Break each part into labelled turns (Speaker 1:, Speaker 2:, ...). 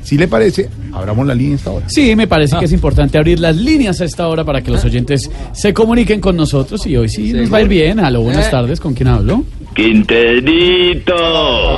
Speaker 1: Si le parece, abramos la línea a esta hora.
Speaker 2: Sí, me parece
Speaker 3: Ah.
Speaker 2: que es importante abrir las líneas a esta hora para que los oyentes se comuniquen con nosotros y hoy sí nos va a ir bien. Aló,
Speaker 3: Eh.
Speaker 2: buenas tardes, ¿con quién hablo?
Speaker 3: Quinterito.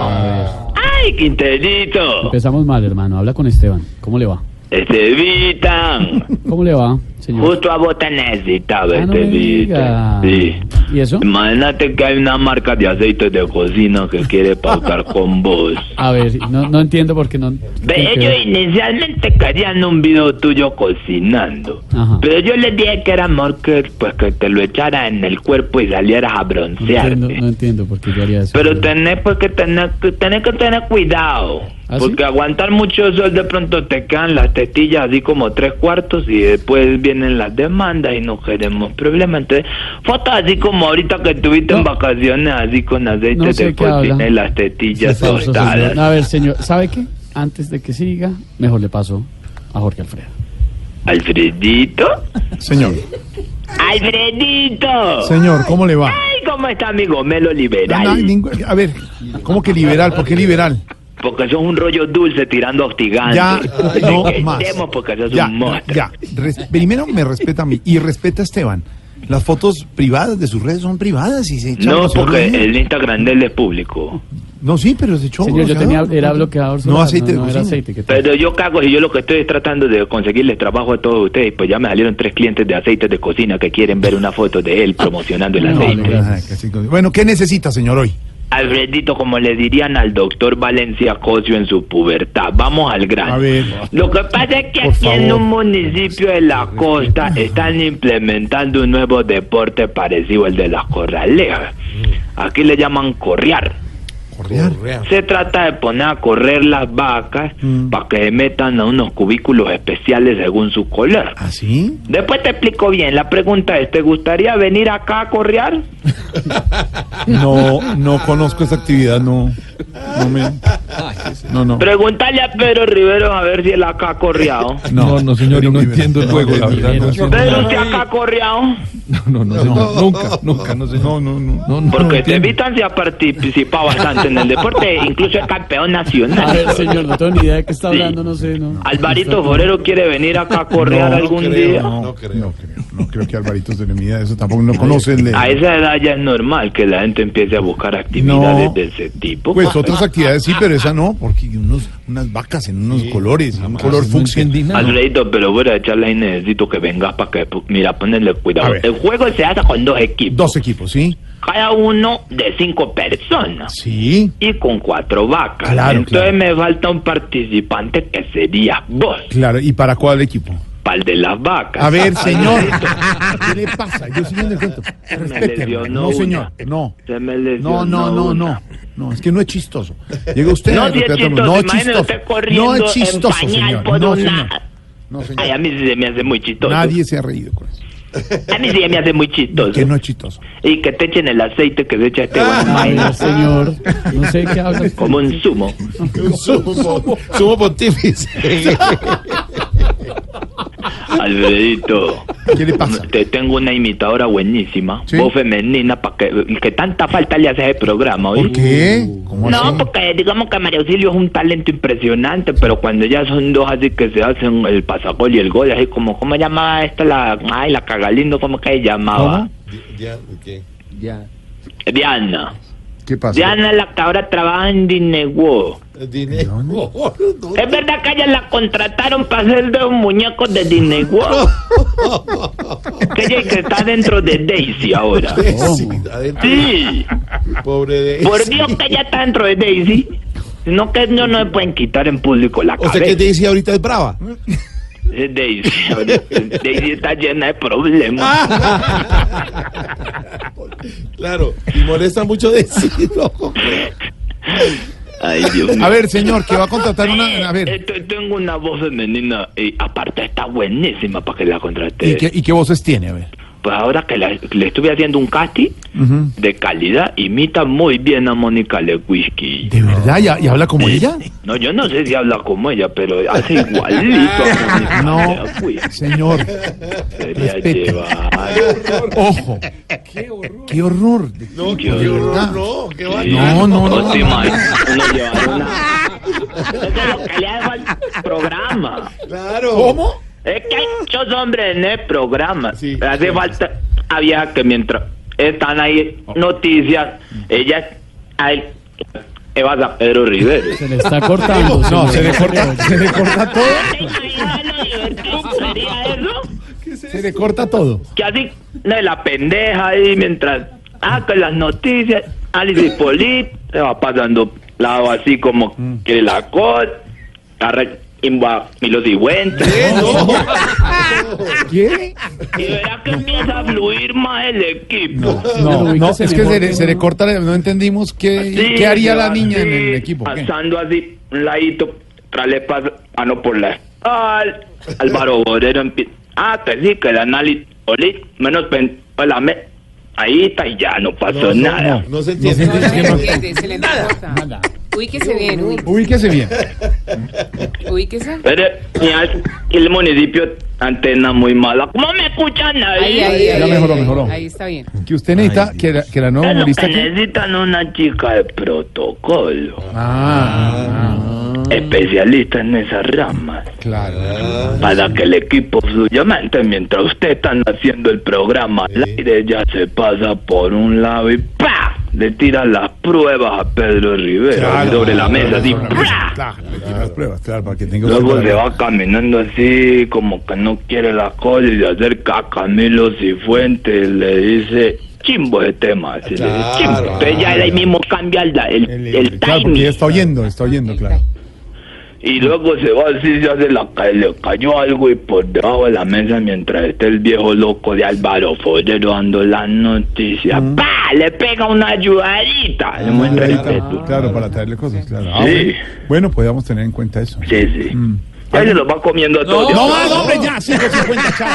Speaker 3: Ay, Quinterito.
Speaker 2: Empezamos mal, hermano, habla con Esteban. ¿Cómo le va?
Speaker 3: Estevitan.
Speaker 2: ¿Cómo le va, señor?
Speaker 3: Justo a vos te necesitaba,
Speaker 2: Ah, no me diga.
Speaker 3: Estevita. Sí.
Speaker 2: ¿Y eso?
Speaker 3: Imagínate que hay una marca de aceite de cocina que quiere pautar con vos.
Speaker 2: A ver, no, no entiendo por qué no...
Speaker 3: Ve,
Speaker 2: tiene que
Speaker 3: ellos
Speaker 2: ver.
Speaker 3: inicialmente querían un video tuyo cocinando.
Speaker 2: Ajá.
Speaker 3: Pero yo les dije que era mejor que, pues, que te lo echaras en el cuerpo y salieras a
Speaker 2: No entiendo,
Speaker 3: broncearte.
Speaker 2: no entiendo por qué yo haría eso.
Speaker 3: Pero tenés pues, que tener que tenés que tener cuidado.
Speaker 2: ¿Ah, sí?
Speaker 3: porque aguantar mucho sol de pronto te quedan las tetillas así como tres cuartos y después vienen las demandas y no queremos problemas. Entonces, fotos así como ahorita que estuviste en
Speaker 2: No.
Speaker 3: vacaciones así con aceite
Speaker 2: No sé
Speaker 3: de
Speaker 2: qué habla.
Speaker 3: cocina y las
Speaker 2: Qué
Speaker 3: tetillas
Speaker 2: falso, señor.
Speaker 3: tostadas.
Speaker 2: No, A ver, señor, ¿sabe qué? Antes de que siga, mejor le paso a Jorge Alfredo.
Speaker 3: Alfredito,
Speaker 1: Señor,
Speaker 3: Alfredito.
Speaker 1: señor, ¿cómo le va?
Speaker 3: Ay, ¿cómo está mi gomelo
Speaker 1: No, no,
Speaker 3: liberal?
Speaker 1: ningún- a ver, ¿cómo que liberal? ¿Por qué liberal?
Speaker 3: Porque sos un rollo dulce tirando a hostigante.
Speaker 1: Ya,
Speaker 3: Así
Speaker 1: no
Speaker 3: que
Speaker 1: más.
Speaker 3: temo porque sos
Speaker 1: Ya,
Speaker 3: un monstruo.
Speaker 1: ya. Res- primero me respeta a mí y respeta a Esteban. Las fotos privadas de sus redes son privadas y se echan
Speaker 3: No,
Speaker 1: los
Speaker 3: porque
Speaker 1: horribles.
Speaker 3: el Instagram de él es público.
Speaker 1: No, sí, pero se echó.
Speaker 2: Señor, yo tenía,
Speaker 1: bloqueador.
Speaker 2: era bloqueador solar,
Speaker 1: No, aceite de
Speaker 2: no, era
Speaker 1: cocina.
Speaker 2: aceite. ¿qué tal?
Speaker 3: Pero yo cago si yo lo que estoy es tratando de conseguirles trabajo a todos ustedes, pues ya me salieron tres clientes de aceite de cocina que quieren ver una foto de él promocionando el
Speaker 2: No,
Speaker 3: aceite.
Speaker 2: vale.
Speaker 1: Ah, casi- Bueno, ¿qué necesita, señor, hoy?
Speaker 3: Alfredito, como le dirían al doctor Valencia Cosio en su pubertad, vamos al grano.
Speaker 1: A ver.
Speaker 3: Lo que pasa es que
Speaker 1: Por
Speaker 3: aquí en
Speaker 1: favor.
Speaker 3: un municipio de la costa están implementando un nuevo deporte parecido al de las corralejas. Aquí le llaman correar. Se trata de poner a correr las vacas para que metan a unos cubículos especiales según su color.
Speaker 1: ¿Ah, sí?
Speaker 3: Después te explico bien. La pregunta es, ¿te gustaría venir acá a correar?
Speaker 1: No, no conozco esa actividad, no. No, me, no, no.
Speaker 3: Pregúntale a Pedro Rivero a ver si él acá ha correado.
Speaker 4: No, no, señor, y no
Speaker 1: primero,
Speaker 4: entiendo el juego, la verdad. No, entiendo
Speaker 3: Pedro,
Speaker 4: nada.
Speaker 3: ¿usted acá ha correado?
Speaker 4: no, no, señor. Nunca, nunca, no, señor.
Speaker 1: No, no, no.
Speaker 4: No, no, no
Speaker 3: Porque te
Speaker 4: entiendo.
Speaker 3: evitan si ha participado bastante en el deporte, incluso es campeón
Speaker 2: A
Speaker 3: nacional.
Speaker 2: ver, señor, no tengo ni idea de qué está
Speaker 3: Sí.
Speaker 2: hablando, no sé, no.
Speaker 3: Alvarito Forero quiere venir acá a correar algún día.
Speaker 1: No, no creo. No creo, no creo que Alvarito se le mida eso, tampoco no conoce el de-
Speaker 3: A esa edad ya Ah, es normal que la gente empiece a buscar actividades de ese tipo.
Speaker 1: Pues otras actividades sí, pero esa no, porque unos, unas vacas en unos colores, un color
Speaker 4: No
Speaker 1: fucsia.
Speaker 4: entendí nada.
Speaker 3: Alfredito, pero voy a echarla y necesito que vengas para que, pu- mira, ponerle
Speaker 1: A
Speaker 3: cuidado.
Speaker 1: ver.
Speaker 3: El juego se hace con dos equipos.
Speaker 1: Dos equipos, ¿sí?
Speaker 3: Cada uno de cinco personas.
Speaker 1: Sí.
Speaker 3: Y con cuatro vacas.
Speaker 1: Claro,
Speaker 3: Entonces
Speaker 1: claro.
Speaker 3: me falta un participante que sería vos,
Speaker 1: Claro, ¿y para cuál equipo?
Speaker 3: para el de las vacas.
Speaker 1: A ver, señor. ¿Qué le pasa? Yo sí le cuento. Respételo.
Speaker 3: lesionó
Speaker 1: No, señor.
Speaker 3: una.
Speaker 1: No.
Speaker 3: Se me lesionó
Speaker 1: No, no, no,
Speaker 3: una.
Speaker 1: no. No, es que no es chistoso. Llega usted
Speaker 3: No,
Speaker 1: a
Speaker 3: sí es
Speaker 1: golpear a todo el
Speaker 3: chistoso.
Speaker 1: mundo.
Speaker 3: Imagínese usted
Speaker 1: No
Speaker 3: corriendo
Speaker 1: es chistoso,
Speaker 3: en pañal
Speaker 1: señor.
Speaker 3: por
Speaker 1: No,
Speaker 3: una-
Speaker 1: señor. No,
Speaker 3: Ay, a
Speaker 1: señor.
Speaker 3: mí sí se me hace muy chistoso.
Speaker 1: Nadie se ha reído con eso.
Speaker 3: A mí sí se me hace muy chistoso.
Speaker 1: Que no es Ah, chistoso.
Speaker 3: Y que te echen el aceite que se echa este
Speaker 2: A
Speaker 3: guanmaina,
Speaker 2: ver, señor, no sé qué habla. usted.
Speaker 3: como un zumo.
Speaker 4: Sumo, sumo pontífice.
Speaker 3: Alfredito.
Speaker 1: ¿Qué le pasa?
Speaker 3: Te tengo una imitadora buenísima,
Speaker 1: Sí.
Speaker 3: voz femenina, para que, y que tanta falta le hace ese programa, ¿oí?
Speaker 1: ¿Por qué? ¿Cómo
Speaker 3: No,
Speaker 1: así?
Speaker 3: porque digamos que María Auxilio es un talento impresionante, pero cuando ya son dos así que se hacen el pasacol y el gol, así como, ¿cómo llamaba esta la, ay, la cagalindo, cómo que se llamaba? Diana.
Speaker 1: ¿Qué pasa?
Speaker 3: Diana es la que ahora trabaja en Dinewo. ¿Es verdad que ella la contrataron para hacer de un muñeco de Dinewo? que ella es que está dentro de Daisy ahora. Sí.
Speaker 4: Pobre de
Speaker 3: Por Dios que ella está dentro de Daisy. No que no nos pueden quitar en público la
Speaker 4: O
Speaker 3: cabeza.
Speaker 4: sea que te dice ahorita es brava.
Speaker 3: Daisy, Daisy está llena de problemas.
Speaker 4: Ah. Claro. Y molesta mucho decir, loco.
Speaker 3: Ay, Dios mío.
Speaker 1: A ver, señor, que va a contratar una. A
Speaker 3: Eh,
Speaker 1: ver,
Speaker 3: te- tengo una voz femenina y aparte está buenísima para que la contrate.
Speaker 1: ¿y qué, y qué voces tiene? A ver.
Speaker 3: Pues ahora que la- le estuve haciendo un casting de calidad, imita muy bien a Mónica Lewinsky.
Speaker 1: ¿De verdad? ¿Y, y habla como ella?
Speaker 3: No, yo no sé si habla como ella, pero hace igualito a Mónica
Speaker 1: No,
Speaker 3: Lewinsky.
Speaker 1: señor.
Speaker 3: Debería
Speaker 1: respete.
Speaker 3: llevar.
Speaker 1: Ojo. Qué horror. de-
Speaker 4: No,
Speaker 3: qué
Speaker 4: qué
Speaker 3: horror,
Speaker 4: horror, no, qué va.
Speaker 1: No, no, no,
Speaker 3: te
Speaker 1: no, no.
Speaker 3: imaginas, Pues uno llevar una. Eso es lo que le hago al programa.
Speaker 4: Claro. ¿Cómo?
Speaker 3: Es que hay muchos hombres en el programa.
Speaker 4: Ah. Sí, Oh.
Speaker 3: Hace
Speaker 4: claro.
Speaker 3: falta. Había que mientras están ahí noticias,
Speaker 4: Mm.
Speaker 3: ellas. Ahí, Eva San Pedro Rivera.
Speaker 2: Se le está cortando.
Speaker 1: No,
Speaker 2: señor.
Speaker 1: se le corta, se le corta todo.
Speaker 3: ¿Te imaginas lo divertido que sería eso?
Speaker 1: Se le corta todo.
Speaker 3: Que así, de la pendeja ahí mientras. Ah, que las noticias. Alice Polit se va pasando lado así como
Speaker 4: Mm.
Speaker 3: que la col. Arre, imba, y los digüentes.
Speaker 1: ¿Qué?
Speaker 3: Y verá que empieza a fluir más el
Speaker 2: No,
Speaker 3: equipo.
Speaker 1: No, no, es que se le,
Speaker 2: corta.
Speaker 1: se le corta, la- no entendimos qué,
Speaker 3: Sí,
Speaker 1: qué haría
Speaker 3: se
Speaker 1: la
Speaker 3: va
Speaker 1: niña en
Speaker 3: así,
Speaker 1: el equipo. ¿qué?
Speaker 3: Pasando así, un ladito, tras le pasa mano por la al Álvaro Borero empieza. Ah, que sí, que el análisis, olí, menos pen, pues la me, ahí está y ya, no pasó nada.
Speaker 4: No se entiende.
Speaker 5: No, se le entiende, se le nada. Ubíquese bien, uy,
Speaker 1: Ubíquese bien.
Speaker 5: ubíquese.
Speaker 3: Pero, mira, el municipio, antena muy mala. ¿Cómo me escuchan ahí?
Speaker 5: Ahí, ahí, ahí.
Speaker 1: Ya
Speaker 5: ahí,
Speaker 1: mejoró,
Speaker 5: ahí,
Speaker 1: mejoró.
Speaker 5: Ahí está bien.
Speaker 1: Que usted necesita que, la, que la nueva
Speaker 3: Es Ah, lo
Speaker 1: humorista.
Speaker 3: que
Speaker 1: que-
Speaker 3: necesitan una chica de protocolo,
Speaker 1: Ah,
Speaker 3: especialista en esas ramas.
Speaker 1: ah, claro.
Speaker 3: Para que el equipo fluya mente, mientras ustedes están haciendo el programa al aire, ya se pasa por un lado y ¡pa! Le tiran las pruebas a Pedro Rivera
Speaker 4: Claro,
Speaker 3: sobre la
Speaker 4: claro,
Speaker 3: mesa, así
Speaker 4: sobre la
Speaker 3: ¡pra!
Speaker 1: Claro, le tiene las pruebas, claro, para que tenga
Speaker 3: Luego
Speaker 1: usted
Speaker 3: se
Speaker 1: la-
Speaker 3: va caminando así, como que no quiere la cosa, y se acerca a Camilo Cifuentes, le dice, chimbo ese tema, así le dice,
Speaker 4: Claro,
Speaker 3: chimbo. Entonces ya
Speaker 4: claro.
Speaker 3: ahí mismo cambia la- el, el,
Speaker 1: Claro, porque
Speaker 3: timing.
Speaker 1: ella está oyendo, está oyendo, claro.
Speaker 3: Y luego se va así, se hace la ca- le cayó algo y por debajo de la mesa mientras está el viejo loco de Álvaro Forero dando las noticias.
Speaker 1: Mm.
Speaker 3: ¡Pa! Le pega una ayudadita. Le muestra el teto.
Speaker 1: Ah, Claro, para traerle cosas, claro. Ah,
Speaker 3: Sí.
Speaker 1: bueno. Bueno, podríamos tener en cuenta eso.
Speaker 3: Sí, sí.
Speaker 1: Mm.
Speaker 3: Ahí se lo va comiendo todo.
Speaker 1: No más, hombre, ya, 5.50, chao.